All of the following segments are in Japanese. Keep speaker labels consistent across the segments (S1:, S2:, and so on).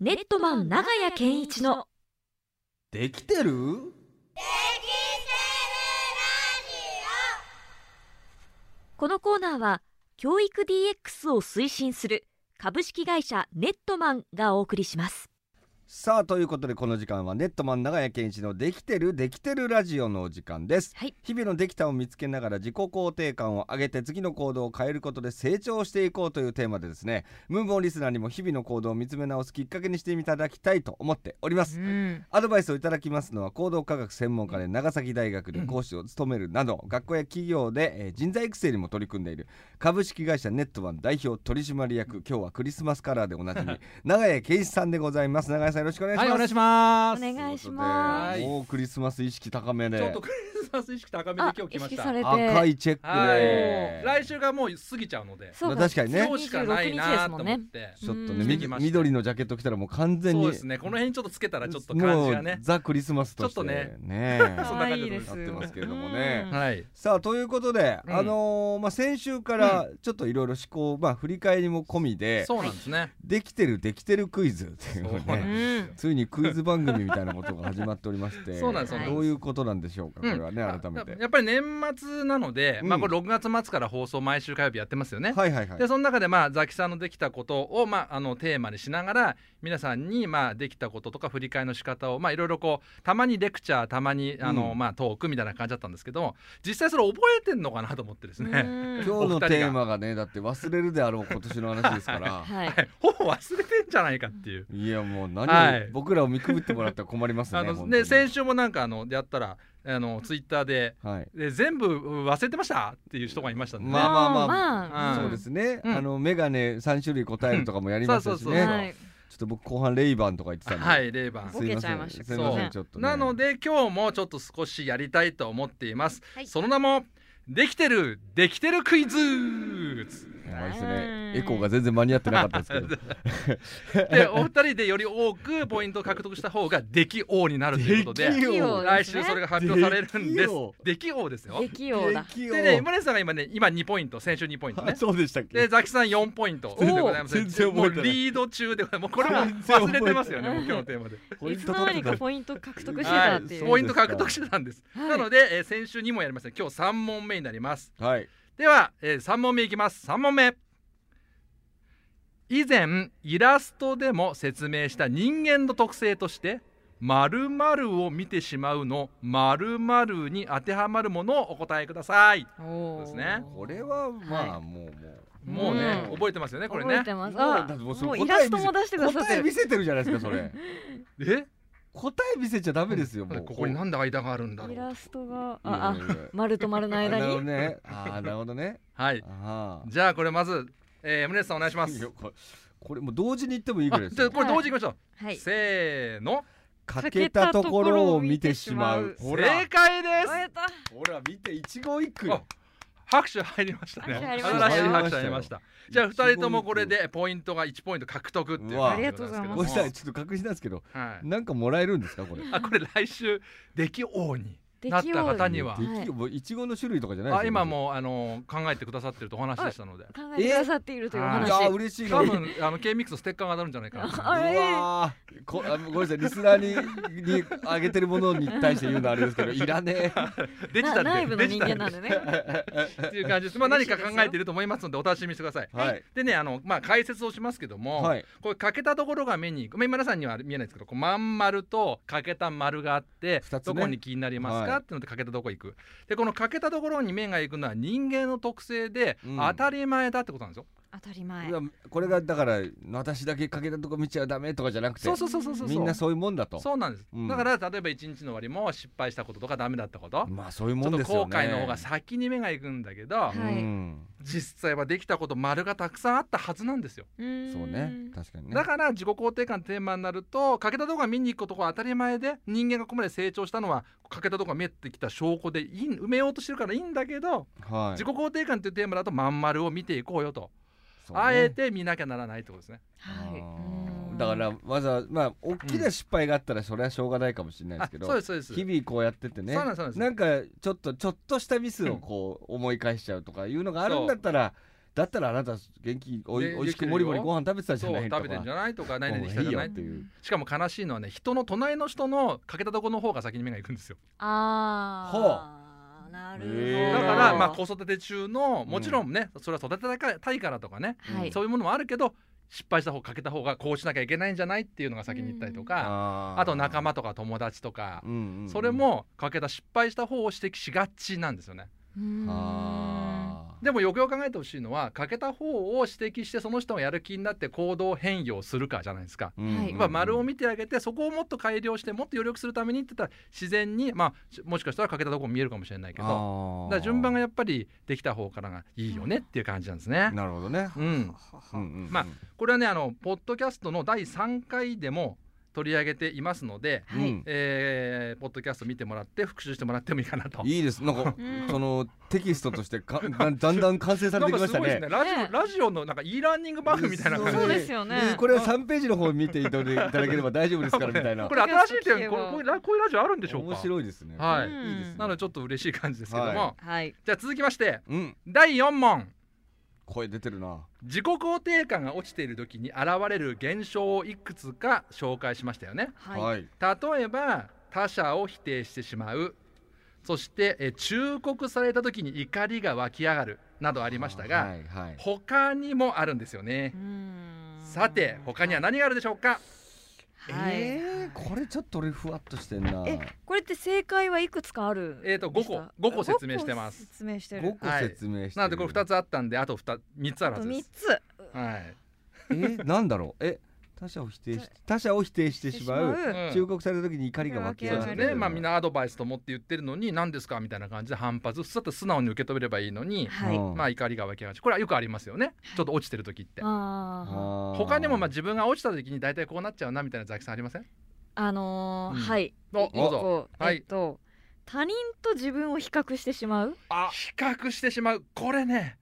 S1: ネットマン長屋健一の
S2: できてる
S1: このコーナーは教育 DX を推進する株式会社ネットマンがお送りします
S2: さあということでこの時間はネットマン長屋健一のできてるできてるラジオのお時間です、
S1: はい
S2: 日々のできたを見つけながら自己肯定感を上げて次の行動を変えることで成長していこうというテーマでですねムーンボーンリスナーにも日々の行動を見つめ直すきっかけにしていただきたいと思っております、
S1: ん
S2: アドバイスをいただきますのは行動科学専門家で長崎大学で講師を務めるなど、学校や企業で、えー人材育成にも取り組んでいる株式会社ネットワン代表取締役今日はクリスマスカラーでおなじ み長谷圭一さんでございます長谷さんよろしくお願いします、
S3: はい、お願いし
S2: ま
S3: ま
S1: お願いしま
S3: す。と
S1: す
S3: いうこ
S2: もうクリスマス意識高めで、
S3: ちょっとクリスマス意識高めで今日来ました。
S1: れ
S2: 赤いチェック
S3: はい、
S2: で、
S3: 来週がもう過ぎちゃうので、
S1: そう
S2: まあ確かにね
S3: 今日しかないなと思って。
S2: ちょっと
S1: う
S2: ね
S1: ん
S2: み緑のジャケット着たらもう完全に
S3: そうですね。この辺ちょっとつけたらちょっと感
S2: も
S3: じ
S2: う
S3: がね。
S2: ザ・クリスマスとして
S3: ちょっとね
S2: ね
S3: そんな感じで
S2: なってますけれどもね
S1: うん
S3: はい。
S2: さあということで、
S3: うん
S2: あのーまあ、先週からちょっといろいろ思考、まあ、振り返りも込みで
S3: そうなんですね。
S2: できてるできてるクイズっていうのを
S3: そうなん
S2: ね
S3: ですよ
S2: ついにクイズ番組みたいなことが始まっておりまして
S3: そうなんです
S1: そうなんです
S2: どういうことなんでしょうかこ
S3: うん
S2: れはね、改めて
S3: やっぱり年末なので、
S2: うん
S3: まあこれ6月末から放送毎週火曜日やってますよね。
S2: はいはいはい
S3: でその中でまあザキさんのできたことをまああのテーマにしながら皆さんにまあできたこととか振り返りの仕方をまあいろいろこうたまにレクチャーたまにあの、
S2: うん
S3: まあトークみたいな感じだったんですけども実際それ覚えてんのかなと思ってですね、
S1: うん
S2: 今日のテーマがねだって忘れるであろう今年の話ですから
S1: はい
S3: はいほぼ忘れてんじゃないかっていう。
S2: いやもう何を、
S3: はい
S2: 僕らを見くびってもらったら困りますね
S3: あ
S2: 本
S3: の
S2: 当に
S3: で先週もなんかあのやったらあのツイッターで
S2: はい
S3: で全部忘れてましたっていう人がいましたね。
S2: まあまあまあ
S3: うん
S2: そうですね、
S3: うん
S2: あのメガネ3種類答えるとかもやりましたしね、
S3: うんそうそうそう
S1: はい
S2: ちょっと僕後半レイバンとか言ってたんで、
S3: はいレイバン
S2: すい
S1: ボケち
S2: ませ
S1: ゃい
S2: ん
S1: ました
S2: すいませ
S3: そ
S2: ん
S3: う
S2: ちょっとね、
S3: なので今日もちょっと少しやりたいと思っています、
S1: はい
S3: その名もできてるできてるクイズ
S2: やばいですね
S1: はい
S2: エコーが全然間に合ってなかったです けど
S3: でお二人でより多くポイントを獲得した方ができ王になるということ
S2: でき
S3: で
S1: 王
S3: 来週それが発表されるんで
S2: ですき王
S3: でき王ですよ
S1: できようだ
S2: できよ
S3: でね村瀬さんが今ね今2ポイント先週2ポイントね
S2: あそうでしたっ
S3: で
S2: け
S3: ザキさん4ポイントでございます
S2: 全然覚えて
S3: も
S2: な
S3: う
S2: い
S3: リード中でございますもうこれも
S2: 全然
S3: 忘
S2: 覚えてな
S3: れ
S2: い
S3: てますよねもう今日のテーマで
S2: ポイ
S1: い
S2: ン
S1: つ
S2: ト
S1: の間
S2: 取
S1: に
S2: って
S1: か
S2: た
S1: ポイント獲得してたってい
S2: そうう
S3: ポイント獲得してたんです
S1: はい
S3: なので、えー先週2問やりました今日3問目になります
S2: はい
S3: では、え3問目いきます3問目以前イラストでも説明した人間の特性として〇〇を見てしまうの〇〇に当てはまるものをお答えください
S1: おー
S3: ですね
S2: これはまあ、
S1: は
S2: もうもう
S3: もうね、
S1: うん
S3: 覚えてますよねこれ
S1: 覚え
S3: ね
S1: てます
S2: もう
S1: あ
S2: だってもうそ
S1: もう
S2: れ
S1: イラストも出してくださっ
S2: 答
S1: て
S2: え見
S1: る
S2: せてるじゃないですかそれ
S3: え
S2: 答え見せちゃダメですよもう
S3: ここになんで間があるんだろ
S1: イ
S3: う
S1: ラストが
S2: いやいや
S1: あ
S2: いや
S1: あ丸と丸の間
S2: なるほど
S1: に
S2: ねああなるほど ね
S3: はい
S2: ああ
S3: じゃあこれまず、えー、宗さんお願いします
S2: やこれこれもう同時に言ってもいいぐ
S3: あ
S2: らいです
S3: じゃあ
S2: よ
S3: これ同時にいきましょう、
S1: はい
S3: せーの
S2: かけたところを見てしまうほら
S3: 正解です
S1: 終えた
S2: ほら見て一期一会よ
S3: あ拍手入りましたね
S1: 拍手入りました
S3: 新しい拍手入りましたじゃあ二人ともこれでポイントが1ポイント獲得っていう
S2: うわ
S3: ありがとうござい
S2: ごめん
S3: ま
S2: な
S3: す
S2: さいちょっと確認なんですけど
S3: はい
S2: なんかもらえるんですかこれ
S3: あこれ来週出来王に
S1: 出
S3: なっ
S1: 来よ
S3: た
S1: う
S3: 方には
S2: できるもういちごの種類とかじゃないです
S3: あ今もうあの考えてくださってるとお話でしたので
S1: 考えてくださっているというお
S2: い
S1: 話
S2: や嬉しいな
S3: 多分あの K ミックスのステッカーが当たるんじゃないかな
S1: あれ
S2: うわーこあごめんなさいリスナーににあげてるものに対して言うのはあれですけどいらね
S3: デジ
S1: な
S3: タ
S1: 内
S3: ル
S1: 部の
S3: でデジ
S1: 人
S3: タ
S1: 間
S3: ル
S1: なんで ね
S3: でっていう感じですまあ
S1: 嬉
S3: 何
S1: しいで
S3: か
S1: す
S3: 考
S1: よ
S3: えていると思いますのでお楽しみにしてください
S2: えはい
S3: でねあのまあ解説をしますけども、
S2: はい
S3: これ欠けたところが目にごめん皆さんには見えないですけどこうまん丸と欠けた丸があって、
S2: 二つね
S3: どこに気になりますか、
S2: はい
S3: っていうので欠けたとこ行くでこの欠けたところに目が行くのは人間の特性で、
S2: うん
S3: 当たり前だってことなんですよ。
S1: 当たり前
S2: いやこれがだから私だけかけたとこ見ちゃダメとかじゃなくて
S3: そうそうそうそうそう
S2: みんなそういうもんだと
S3: そうなんです、
S2: うん
S3: だから例えば一日の終わりも失敗したこととかダメだったこと、
S2: まあそういう
S3: ち
S2: も
S3: ょ
S2: ん
S3: っ
S2: で
S3: と
S2: すよ
S3: 後
S2: ね
S3: 悔の方が先に目が行くんだけど、
S1: いはい
S2: うん
S3: 実際はできたこと丸がたくさんあったはずなんですよ。
S1: うーん
S2: そうね確かにね
S3: だから自己肯定感のテーマになると欠けたとこが見に行くことが当たり前で人間がここまで成長したのは欠けたとこが見えてきた証拠でいい埋めようとしてるからいいんだけど、
S2: はい
S3: 自己肯定感というテーマだとまん丸を見ていこうよと、
S2: そうね
S3: あえて見なきゃならないってことですね。
S1: はい
S2: あーだからわざわざまあ大きな失敗があったらそれはしょうがないかもしれないで
S3: あ
S2: すけど、
S3: そうですそうです。
S2: 日々こうやっててね
S3: そうなんですそうなんです
S2: かちょっとちょっとしたミスをこう思い返しちゃうとかいうのがあるんだったら、だったらあなた元気おい
S3: ね
S2: おいし
S3: できて
S2: く
S3: るよ
S2: もりもりご飯食べてたじゃ
S3: そう
S2: ないとか
S3: 食べてんじゃないとか何々
S2: もう
S3: したじゃない
S2: いよっていう
S3: しかも悲しいのはね人の隣の人のかけたとこの方が先に目が行くんですよ
S4: あー
S2: ほ
S4: なる
S2: へ
S4: ほ
S3: だ
S4: ど
S2: ー
S3: からまあ
S4: こ
S3: 子育て中のもちろんね、それは育てたいからとかね、
S1: はい
S3: そういうものもあるけど失敗した方かけた方がこうしなきゃいけないんじゃないっていうのが先に言ったりとか、
S2: あー
S3: あと仲間とか友達とか、
S2: うんうんうん
S3: それもかけた失敗した方を指摘しがちなんですよね
S4: うーん
S2: あー
S3: でもよくよく考えてほしいのはかけた方を指摘してその人がやる気になって行動変容するかじゃないですか
S2: うんうんうん
S4: はい
S3: やっぱ丸を見てあげてそこをもっと改良してもっと余力するためにって言ったら自然に、まあ、しもしかしたら欠けたところ見えるかもしれないけ
S2: あ
S3: ど
S2: ー
S3: だから順番がやっぱりできた方からがいいよねっていう感じなんですね。
S2: なるほどね、
S3: うん、
S2: うんうんうん
S3: まあこれはねあのポッドキャストの第3回でも取り上げていますので、
S4: はい
S2: うん
S3: えーポッドキャスト見てもらって復習してもらってもいいかなと。
S2: いいですなん か
S4: うん
S2: そのテキストとしてか だんだんだん完成され
S3: なん
S2: てき
S3: か
S2: まし
S3: すごいですね。
S2: たね
S3: ラジオ
S4: ね
S3: ラジオのなんか e ラーニングバグみたいな感じ
S4: そう
S3: で
S4: ですよね
S2: えーこれは3ページの方見ていただいただければ大丈夫ですからみたいな
S3: これ新しい
S4: ポッドキャスト聞け
S3: 点こ
S4: ば
S3: れこういうラこういうラジオあるんでしょうか
S2: 面白いですね
S3: はい
S4: うん
S2: いいですね
S3: なのでちょっと嬉しい感じですけども、
S2: は
S4: はい
S3: じゃあ続きまして
S2: うん
S3: 第4問
S2: 声出てるな
S3: 自己肯定感が落ちている時に現れる現象をいくつか紹介しましたよね
S4: はい、
S2: はい
S3: 例えば他者を否定してしまうそしてえー忠告された時に怒りが湧き上がるなどありましたが、
S2: はいはい
S3: 他にもあるんですよね
S4: うーん
S3: さて他には何があるでしょうか
S4: はい
S2: えーこれちょっと俺ふわっとしてんな
S4: えこれって正解はいくつかある
S3: えーと5個5個説明してま
S4: 5
S3: す
S4: 個説明して
S2: 5
S4: る
S2: 個説明して
S3: なのでこれ2
S2: つ
S3: つあったんであと 2, 3つあ
S4: あ
S3: るは
S4: と
S3: ずで
S4: 3
S3: す、
S4: つ
S3: はい
S2: えーなんだろうえ他者を否定し他者を否定してしまう
S3: うん
S2: 忠告された時に怒りが湧き上
S3: そう
S2: が
S3: で
S2: る
S3: す
S4: いや
S3: ね、まあ、みんなアドバイスと思って言ってるのに何ですかみたいな感じで反発普通だったら素直に受け止めればいいのに、
S4: はい、
S2: うん
S3: まあ、怒りが湧き上がるこれはよくありますよねちょっと落ちてる時って。
S4: あ
S2: あー
S3: 他にもまあ自分が落ちた時に大体こうなっちゃうなみたいなザキさんありません
S4: ああのー
S3: うん
S4: はい
S3: おどうぞ
S4: ぞ
S3: はい
S4: えっと他人と自分を比較してしまう
S3: あ比較してしまうこれね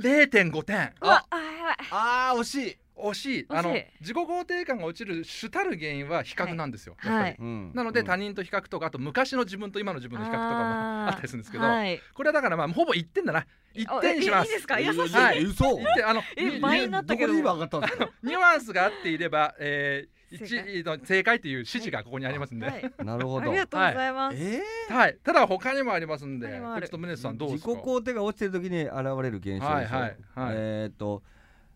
S3: 0.5点
S4: うわあやばい
S2: あー惜しい
S3: 惜し
S4: 惜しい
S3: いあの自己肯定感が落ちる主たる原因は比較なんですよ、やっぱ
S4: は
S3: り
S4: い
S3: なので他
S2: 人
S3: 人と比較とかあと昔の自分と今の自分の比較とかも
S4: あー
S3: あったりするんですけど、
S4: はい
S3: これはだからまあほぼ1点だな1点にします
S4: おえいいですか優しい
S3: は
S2: え
S3: い
S2: 嘘
S3: 一点あの
S4: え
S3: に
S4: 倍になったけど
S2: こで今上がったんで すか
S3: ニュアンスがあっていれば、えー、
S4: 正解
S3: 一の正解という指示がここにありますんで、はい
S4: はい
S2: なるほ
S4: あ
S2: ど
S4: りがとうございます、
S2: え
S3: ただ他にもありますんで、
S4: 他に
S3: ち
S4: も
S3: ょ
S4: あ
S3: っ
S4: る
S3: と宗
S2: ー
S3: さんどうで
S2: 自己
S3: すか。
S2: 肯定が落ちてる時に現れる現象
S3: はい
S2: でしょ
S3: はいはい。
S2: えっと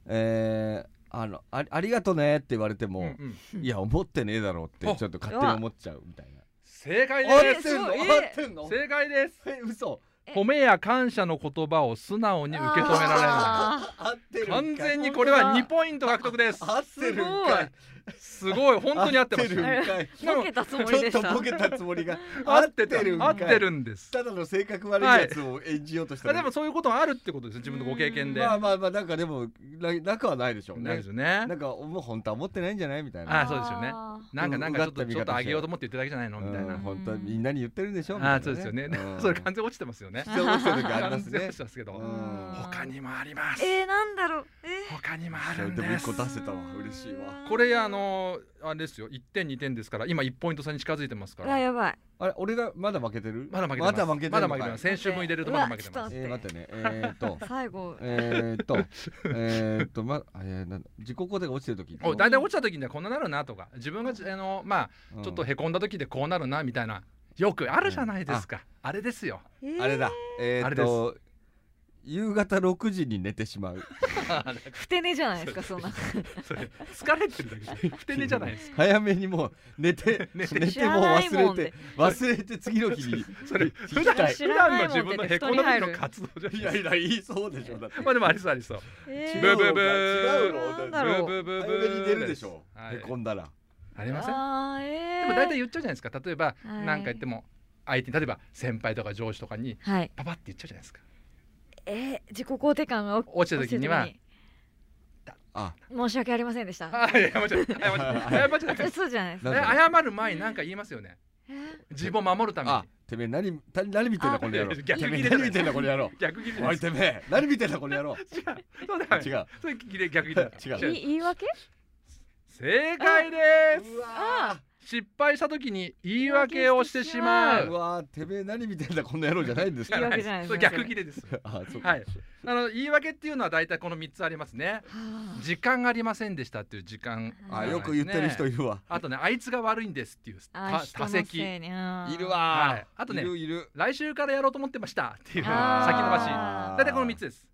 S2: えーあのあありがとねって言われて
S3: うんう
S2: も
S3: ん
S2: いや思ってねえだろうってちょっと勝手に思っちゃうみたいな
S3: 正解
S4: あ
S3: で
S4: れ
S3: す。
S4: すごい
S2: 合ってんの合ってんの
S3: 正解です。
S2: え嘘
S4: え
S3: 褒めや感謝の言葉を素直に受け止められな
S4: あ
S2: 合って
S3: い。
S2: るんかい
S3: 完全にこれは2ポイント獲得です。
S2: 合ってるんかい
S3: すごい、本当に合ってま
S2: るん
S3: す。
S2: かい
S4: ーボケたつもりでし
S2: ちょったとボケたつもりが
S3: 合
S2: 合
S3: っ
S2: ってて
S3: た
S2: るん
S3: 合
S2: か
S3: っ
S2: い
S3: てるんです。
S2: ただの性格悪いやつを演じようとした
S3: あ
S2: ら
S3: でもそういうことはあるってことですね、自分のご経験で。
S2: まあまあまあなんかでもななくはないでしょう
S3: ない
S2: ね
S3: ですよね
S2: な。んかもう本当は思ってないんじゃないみたい
S3: あ
S2: な
S3: そうですよね
S4: あー
S3: なんかなんかちょっ
S2: うが
S3: と
S2: った見
S3: ち
S2: 方
S3: ょっと上げようと思って言ってるだけじゃないのみたいな
S2: うん。本当はみんなに言ってるんでしょみたいな
S3: あーそうですよね。 それ完全落ちてますよね。
S2: 全落ちてる時ありま
S3: 完
S2: す
S3: 全
S2: ね
S3: 落ちてますけ
S2: う
S3: ど。
S2: ん
S3: 他にもあります。
S4: えー、なんだろうえ
S3: 他にもあるん
S2: でも
S3: で
S2: 一
S3: す
S2: 個。出せたわ嬉しいわ
S4: ー
S3: これあのあれですよ。1点2点ですから今1ポイント差に近づいてますか
S4: うわ
S3: ら。
S4: やばい
S2: あれ俺がまだ負けてる
S3: まだ負けてます。
S2: まだ負けてる
S3: まだ負けてます。先週も入れるとまだ負けて
S4: う
S3: ま
S4: わ
S3: す。
S4: ち
S2: えー、待ってねえー、っと
S4: 最後
S2: えー、っとえー、っとまあえー、なんだ自己肯定が落ちてる時
S3: お大体落ちた時にはこんななるなとか自分があのまあちょっとへこんだ時でこうなるなみたいなよくあるじゃないですか。あれですよ。
S4: え
S2: うん
S4: ー
S2: あれだえー、っと夕方6時に寝てしまう
S4: ふてねじゃないですかそんな
S3: それ疲れてるだけで不手寝じゃ ないですか。
S2: 早めにもう寝て
S3: 寝
S2: 寝
S3: て
S2: て
S4: 知
S2: もう
S4: らないもん
S2: 忘れ
S4: で
S2: て忘れて次の日に
S3: それ普
S2: 聞きた
S3: 段
S2: い
S3: 普段の自分のへこんだ時の活動じゃない
S2: いやいや言いそうでしょだって
S3: まあでもありそうありそう。
S4: えー
S2: 違うの
S3: ブーブーブー
S2: 違うの
S4: なん
S2: だ
S4: だ
S2: っ
S4: ろ
S2: て
S4: う
S3: ブーブーブ
S2: 早め
S3: ーブ
S2: に
S3: ー
S2: 寝るでしょ
S3: はい
S2: へこんだら
S3: ありません。
S4: あーえ
S3: で
S4: ー、
S3: も大体言っちゃうじゃないですか。例えば
S4: はい
S3: 何か言っても相手に例えば先輩とか上司とかに
S4: はい
S3: パパって言っちゃうじゃないですか。
S4: えー、自己肯定感が落
S3: 落ちた時には
S4: 落ち
S2: あ
S4: た時に申し訳ありませんで した
S3: あいや間違えた謝っちゃった謝っちゃった。
S4: そうじゃないですか
S2: なん
S3: え
S2: だろう
S3: 謝る前に何か言いますよね。
S4: えー
S3: 自分を守るために
S2: あ。てめえ何た何見てんだこの野郎
S3: あ逆
S2: てめ
S3: 切れ
S2: え
S3: だ
S2: 何見てんだこの野郎
S3: 逆切れ
S2: お
S3: で
S2: い
S3: す。
S2: てめえ何見てんだこの野 郎
S3: 違う。そうだよね
S2: 違う
S3: それ切れ逆切れだ。
S2: 違う
S4: い言い訳
S3: 正解です。
S2: うわ
S3: 失敗した時に言い訳をしてしま
S2: う
S3: う
S2: わーてめえ何見てんだこの野郎じゃないんです
S4: 言い
S2: か
S4: 訳じゃないです
S3: それ逆切れ です
S2: あそう
S3: はいあの言い訳っていうのは大体この3つありますね
S4: は
S3: 時間がありませんでしたっていう時間
S2: あよく言ってる人い
S3: ね
S2: るわ
S3: あとねあいつが悪いんですっていう
S4: あ
S3: た
S4: 人
S3: 多
S4: のせい
S3: 席
S4: にうん
S2: いるわー、
S3: はいあとね
S2: いるいる
S3: 来週からやろうと思ってましたっていう先延
S4: あー
S3: ばし
S4: あ
S3: 大体この3つです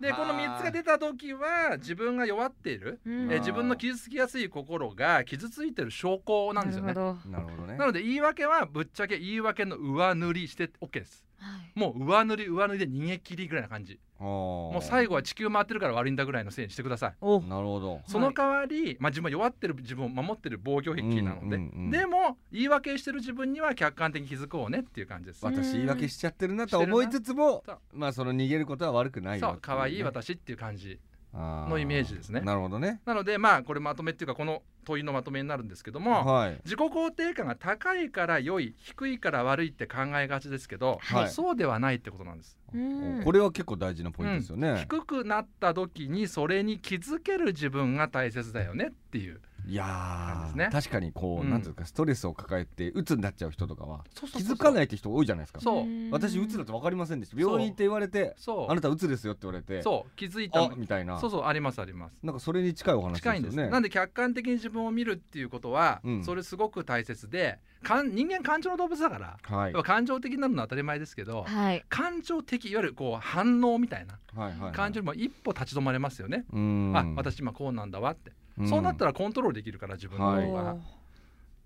S3: で
S2: はー
S3: この3つが出た時は自分が弱っている
S4: うん
S3: えー自分の傷つきやすい心が傷ついてる証拠なんですよね
S4: るほど
S2: なるほどね
S3: なので言い訳はぶっちゃけ言い訳の上塗りして OK です
S4: はい
S3: もう上塗り上塗りで逃げ切りぐらいな感じ
S2: も
S3: もう最後
S2: 後
S3: は地球回ってるから悪いんだぐらいのせいにしてください
S4: お
S2: なるほど
S3: その代わり、まあ、自分は弱ってる自分を守ってる防御壁なので、
S2: うんうんうん
S3: でも言い訳してる自分には客観的に気づこうねっていう感じです、
S4: うん
S2: 私言い訳しちゃってるなとは思いつつも
S3: してるな
S2: まあその逃げることは悪くないよ
S3: そう可愛い
S2: 私
S3: 私っていう感じ
S2: の
S3: のイメージですね
S2: なるほどね
S3: なのでまあこれまとめっていうかこの問いのまとめになるんですけども、
S2: はい
S3: 自己肯定感が高いから良い低いから悪いって考えがちですけど、
S2: はい
S3: そうではないってことなんです
S4: うん
S2: これは結構大事なポイントですよね、
S3: 低くなった時にそれに気づける自分が大切だよねっていう
S2: いやー、
S3: ね
S2: 確かにこ
S3: う
S2: う、
S3: ん
S2: なんていうかストレスを抱えて鬱になっちゃう人とかは
S3: そうそ
S2: 気
S3: うそうそう
S2: づかないって人多いじゃないですか
S3: そう
S2: 私鬱だと分かりませんでした
S3: そう
S2: 病院行って言われて
S3: そう
S2: あなた鬱ですよって言われて
S3: そう気づいた
S2: あみたいな
S3: そうそうありますあります
S2: なんかそれに近いお話です
S3: 近
S2: よね
S3: いんですなんで客観的に自分を見るっていうことは、
S2: うん
S3: それすごく大切でかん人間感情の動物だから、
S2: はい
S3: やっぱ感情的になるのは当たり前ですけど、
S4: はい
S3: 感情的いわゆるこう反応みたいな
S2: はいはい
S3: 感情にも一歩立ち止まれますよね、
S2: うん
S3: あ私今こうなんだわって、そうなったらコントロールできるから自分の
S2: は
S3: 方
S2: い
S3: が、
S4: おー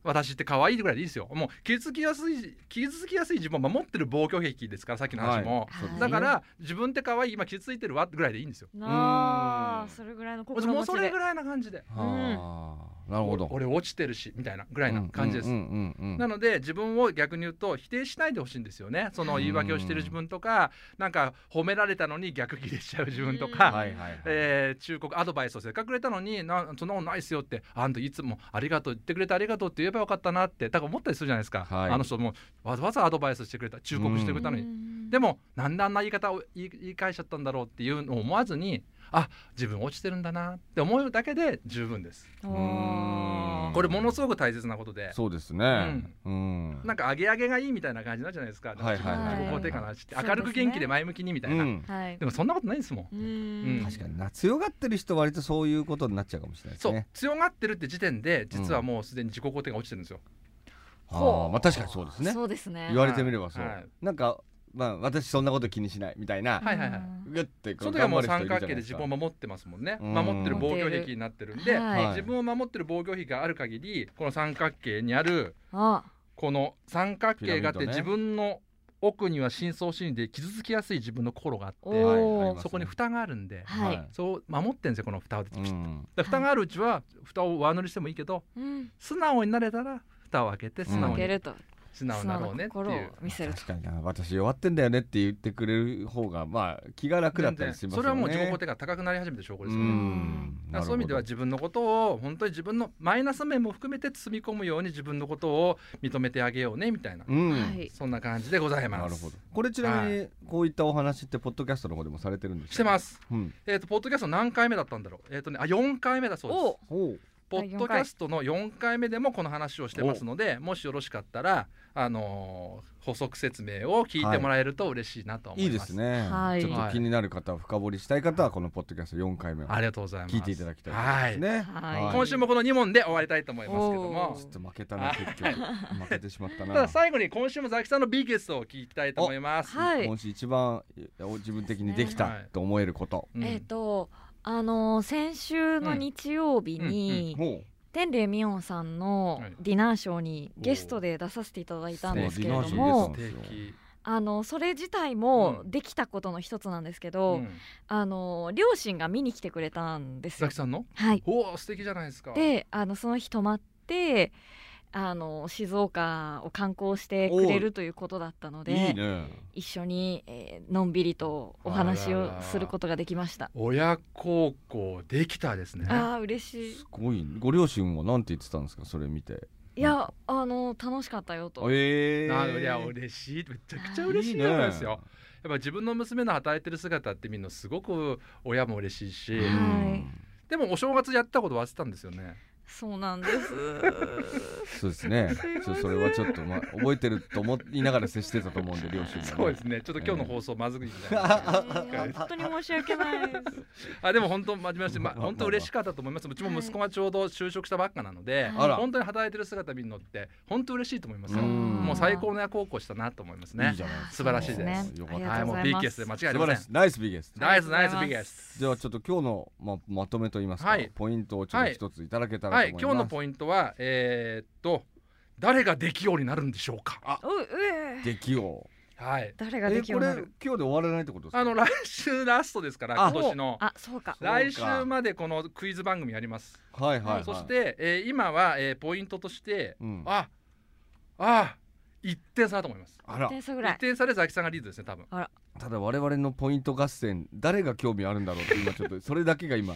S3: 私って可愛いぐらいでいいですよもう傷つきやすい傷つきやすい自分を守ってる防御壁ですからさっきの話も、
S4: はいそうですね
S3: だから自分って可愛い今傷ついてるわぐらいでいいんですよ
S4: なあそれぐらいの心
S3: も
S4: 持
S3: う
S4: ち
S3: それ
S4: で
S3: ぐらいな感じで
S2: はあなるほど
S3: 俺落ちてるしみたいなぐらいな感じです、
S2: うんうんうんうん
S3: なので自分を逆に言うと否定しないでほしいんですよねその言い訳をしてる自分とかなんか褒められたのに逆切れしちゃう自分と
S4: うん
S3: か、
S2: はいはいはい
S3: えー忠告アドバイスをせっかくくれたのになそんなことないっすよってあんたいつもありがとう言ってくれてありがとうって言えばよかったなってだから思ったりするじゃないですか、
S2: はい
S3: あの人もわざわざアドバイスしてくれた忠告してくれたのに、
S4: うん
S3: でもなんであんな言い方を言い言い返しちゃったんだろうっていうのを思わずにあ自分落ちてるんだなって思うだけで十分です。
S4: お
S2: うん
S4: ー
S3: これものすごく大切なことで
S2: そうですねうん
S3: なんか上げ上げがいいみたいな感じなんじゃないですか。
S2: はいはい
S4: はい
S3: 自己肯定感の話って
S4: はい
S3: 明るく元気で前向きにみたいな。
S2: うん
S4: はい
S3: でもそんなことないですもん。
S4: う
S3: うん
S4: ん
S2: 確かにな強がってる人は割とそういうことになっちゃうかもしれないです
S3: そう、
S2: ね
S3: 強がってるって時点で実はもうすでに自己肯定が落ちてるんですよ。
S2: ああまあ確かにそうですね
S4: そうですね
S2: 言われてみればそう
S3: はい
S2: なんかまあ私そんなこと気にしないみたいな
S3: はいはいはい
S4: うん
S2: グッてこ
S3: そうの時は
S2: 頑
S3: も
S2: 張
S3: う
S2: る人い
S3: 三
S2: るじゃ
S3: 角
S2: な
S3: 形
S2: い
S3: で
S2: で
S3: 自
S2: す
S3: 分を
S2: か
S3: 守ってますもんね。
S2: うん
S3: 守ってる防御壁になってるんで、
S4: はい
S2: はい
S3: 自分を守ってる防御壁がある限りこの三角形にある
S4: あ
S3: この三角形があって、
S2: ピラミッドね
S3: 自分の奥には深層心理で傷つきやすい自分の心があっ
S4: お
S3: て、
S2: はい
S4: ー
S2: あります
S3: そこに蓋があるんで、
S4: はい
S2: はい
S3: そう守ってんですよこの蓋をで
S2: う
S3: ピッ
S2: ん
S3: だから蓋があるうちは蓋を上塗りしてもいいけど
S4: うん
S3: 素直になれたら蓋を開けて素直
S4: 負け
S3: に
S4: ると
S3: 素直になろうねってい
S4: 素直な心
S3: う
S4: を。見せると
S2: 確かにな私弱ってんだよねって言ってくれる方がまあ気が楽だったりしますよね
S3: それはもう自己肯定が高くなり始めてる証拠ですよ
S2: う
S3: ね。
S2: ん
S3: だからそういう意味では自分のことを本当に自分のマイナス面も含めて包み込むように自分のことを認めてあげようねみたいな、
S2: うん
S4: はい
S3: そんな感じでございます。
S2: なるほどこれちなみにこういったお話ってポッドキャストの方でもされてるんですか
S3: してます。
S2: うん
S3: えっ、とポッドキャスト何回目だったんだろう。えっ、とねあ4回目だそうです。
S4: お
S2: おう
S3: ポッドキャストの4回目でもこの話をしてますのでもしよろしかったら、あのー補足説明を聞いてもらえると嬉しいなと思い
S2: いいで
S3: ますす。
S2: ね
S4: はい
S2: ちょっと気になる方深掘りしたい方はこのポッドキャスト4回目を
S3: ありがとうございます。
S2: 聞いていただきたいです
S3: はい
S2: ね
S4: はい
S2: はい
S3: 今週もこの2問で終わりたいと思いますけども
S4: おー
S2: ちょっと負けたな結局負けてしまった
S3: た
S2: な
S3: だ最後に今週もザキさんのビーゲストを聞きたいと思います。
S4: はい
S2: 今週一番お自分的にできたと思えること
S3: うん
S4: えっとあの先週の日曜日に
S2: も
S4: 天霊ミオンさんの
S3: はい
S4: ディナーショーにゲストで出させていただいたんですけれ
S2: お
S4: ど
S2: ーディナーショーです
S4: も
S2: ね
S3: 素敵
S4: あのそれ自体も
S3: うん
S4: できたことの一つなんですけ
S3: う
S4: ど
S3: ん
S4: あの両親が見に来てくれたんです
S3: ザ
S4: よ
S3: キ。さんの
S4: はい、
S3: おお素敵じゃないですか。
S4: であのその日泊まってあの静岡を観光してくれるということだったの
S2: う
S4: で
S2: いいね
S4: 一緒に、えーのんびりとお話
S3: あらら
S4: をすることができました。
S3: 親孝行できたですね。
S4: あー嬉しい
S2: すごいご両親はなんて言ってたんですかそれ見て
S4: いやあの楽しかったよと
S2: え
S3: なりゃ嬉しいめちゃくちゃ嬉しいことですよ。やっぱ自分の娘の働いてる姿ってみるのすごく親も嬉しいし、
S4: はい
S3: でもお正月やったこと忘れてたんですよね。
S1: そうなんです。
S2: そうですね
S1: すいません
S2: ちょそれはちょっと、まあ、覚えてると思いながら接してたと思うんで両親 もね、
S3: そうですねちょっと今日の放送まずくいんじゃない ですか
S1: うん本当に申し訳ないです。
S3: あでも本当真面目な話、まあ、
S2: まあまあ
S3: 本当嬉しかったと思いますうちも息子がちょうど就職したばっかなので、
S1: はい
S2: あら
S3: 本当に働いてる姿見るのって本当嬉しいと思いますよ
S2: うん
S3: もう最高の役をこしたなと思いますね
S2: いいじゃない
S3: 素晴らしいです
S2: よか
S1: あ
S2: っ
S1: り
S2: た
S1: が
S3: は
S1: と
S3: いうも
S1: ご
S3: う
S1: ざいます
S3: BKS で間違いあり
S2: 素
S3: ませ
S2: 晴ら
S3: ん
S2: しいナイスビゲスト
S3: ナイスナイス
S1: あ
S3: ビ
S1: りがとうござい
S3: ゲ
S1: ま
S3: ス
S2: じゃあちょっと今日のままとめといいますか、
S3: はい
S2: ポイントをちょっと一ついただけたら
S3: は
S2: と
S3: い
S2: 思います、
S3: 今日のポイントはえーっと誰ができようになるんでしょうか
S1: ううえ
S2: できよ
S3: はい
S1: 誰
S2: う
S1: が
S2: え
S1: できる
S2: こ
S1: ようにな
S2: れ今
S1: る。
S2: 日で終わらないってことですか
S3: あの来週ラストですから
S2: あ
S3: 今年の
S1: あそうか。
S3: 来週までこのクイズ番組やります
S2: はいはい、はい、
S3: そして、えー今は、えーポイントとして、
S2: うん
S3: ああ1点差だと思います
S2: あら
S1: 点数ぐら
S3: 1
S1: い。
S3: 点差でザキさんがリードですね多分
S2: ただ我々のポイント合戦誰が興味あるんだろうって今ちょっとそれだけが今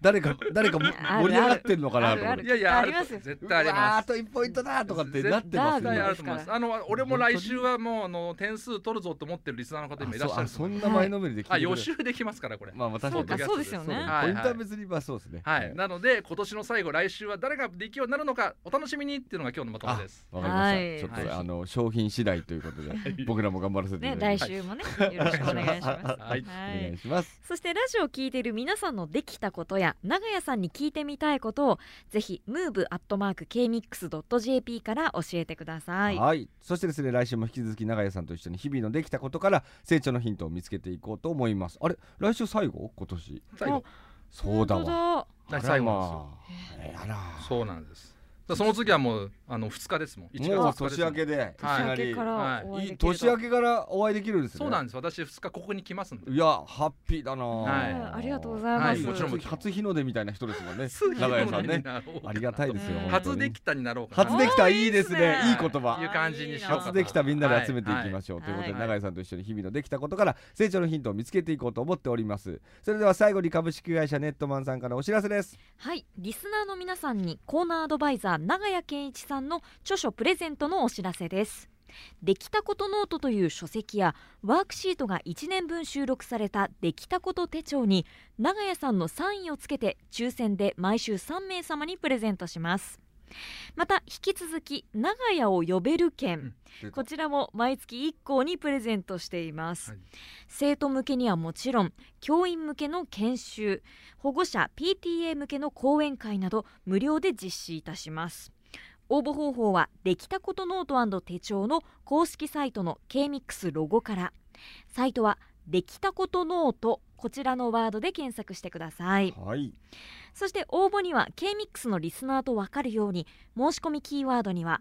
S2: 誰か誰かも
S1: ある
S2: 盛り上がってるのかなと思っ
S1: あ
S2: て
S3: いやいや
S1: ありますよ
S3: 絶
S2: う
S3: 対あり
S2: わー
S3: ま
S2: あ
S3: す
S2: と1ポイントだとかってなってます
S3: 絶対あ
S2: 今
S3: ると思いますあの俺も来週はもうあの点数取るぞと思ってるリスナーの方にもいらっしゃ
S2: あ
S3: る
S2: そうあそ
S3: と思います
S2: んな前のめりで聞い
S3: あ
S2: てくれる
S3: 予習できますからこれ
S2: まあまあ確か
S1: そ
S2: に
S1: うかそうですよね。
S3: はい
S2: ポイントは別にまあそうですね
S3: はい、なので今年の最後来週は誰ができるようになるのかお楽しみにっていうのが今日のまとめです
S2: わかりました、
S1: はい
S2: ちょっと、
S3: はい
S2: あの商品次第ということで僕らも頑張らせていただ
S1: ね
S2: き
S1: 来
S2: ます、
S1: 週もねよろしくお願いします。
S3: はい
S2: お願いします
S4: そしてラジオを聞いている皆さんのできたことや長屋さんに聞いてみたいことをぜひ move.kmix.jp から教えてくださ
S2: はい、
S4: い。
S2: そしてですね来週も引き続き長屋さんと一緒に日々のできたことから成長のヒントを見つけていこうと思いますあれ来週最後今年
S3: 最後
S2: そうだわ
S1: わ。
S2: あら
S3: 最後なん
S2: まあえーあら
S3: そうなんですだからその次はもうあの2日ですもん1月
S2: もう
S3: 2日です
S2: 年明けでいき
S3: はい
S2: な
S1: 明
S2: り
S1: けからお会いでき
S2: いい
S1: ると
S2: 年明けからお会いできるんですね
S3: そうなんです私2日ここに来ますんで
S2: いやハッピーだなあ、
S3: はい
S1: ありがとうございます
S3: はいもちろんもちろん
S2: 初日の出みたいな人ですも んね
S3: すぐ
S2: 長屋さんねあ
S3: あ
S2: りがたいですよ
S1: うん
S2: 本当
S3: 初
S2: に
S3: できたになろうかな
S2: 初できたいいですねいい言
S3: い
S2: 葉
S3: う感じにしようか
S2: 初できたみんなで集めていきま
S3: し
S2: しょう、
S1: はい
S2: ということで、
S1: はい
S2: 永井さんと一緒に日々のできたことから成長のヒントを見つけていこうと思っておりますそれでは最後に株式会社ネットマンさんからお知らせです
S4: はい、リスナーの皆さんにコーナーアドバイザー長谷健一さんの著書プレゼントのお知らせです。できたことノートという書籍やワークシートが1年分収録されたできたこと手帳に長屋さんのサインをつけて抽選で毎週3名様にプレゼントします。また引き続き長屋を呼べる券
S2: うん
S4: こちらも毎月1校にプレゼントしています、
S3: はい
S4: 生徒向けにはもちろん教員向けの研修保護者 PTA 向けの講演会など無料で実施いたします応募方法はできたことノート手帳の公式サイトの KMIX ロゴからサイトはできたことノートこちらのワードで検索してください
S2: はい
S4: そして応募には KMIX のリスナーと分かるように申し込みキーワードには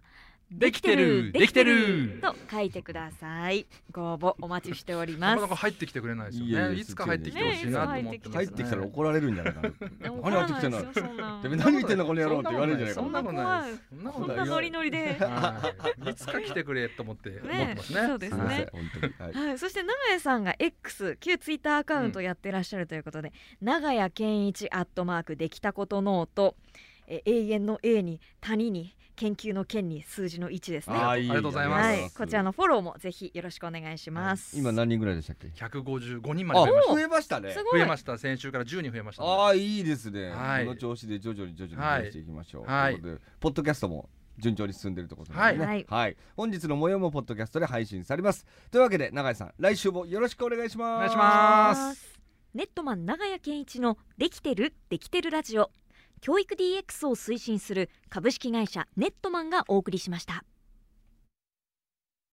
S3: できてる
S4: できて
S3: できてる
S4: ると書いてくださいご応募お待ちしておりま
S3: なか
S4: す
S3: なか入ってきてくれないですよね
S2: い
S3: い
S2: やいや
S3: つか入ってきてほしいなと思ってます
S2: 入ってきたら怒られるんじゃないかな
S1: でも
S2: 何やってきてんだ
S1: 怒らないですよそんな
S2: てめえ何言ってんだこの野郎って言われるんじゃないか
S3: そんなことないですそんなこ
S1: ことん
S3: ない
S1: な
S3: です
S1: ノリノリで。
S3: はいいつか来てくれと思って思ってますね
S1: ねそうです
S2: い
S1: ね
S2: ません本当にはい
S1: はい、そして長谷さんが X 旧ツイッターアカウントやってらっしゃるということで、長谷健一アットマークできたことノートえ永遠の A に谷に研究の件に数字の1ですね。
S2: あ
S1: は
S2: ーいい
S3: ありがとうございます
S1: い、こちらのフォローもぜひよろしくお願いします。
S2: 今何人ぐらいでしたっけ
S3: 155人まで
S2: あ
S3: 増えました
S2: 増えましたね
S1: す
S3: 増
S1: ごい
S3: えました先週から10人増えました
S2: ああいいですね、
S3: はい
S2: この調子で徐々に徐々に
S3: はい
S2: 増やしていきましょう、
S3: はい
S2: ということでポッドキャストも順調に進んでるってことなんでね、
S4: はい
S2: 本日の模様もポッドキャストで配信されますというわけで永井さん来週もよろしくお願いします
S3: お願いします
S4: ネットマン長屋健一のできてるできてるラジオ教育 DX を推進する株式会社ネットマンがお送りしました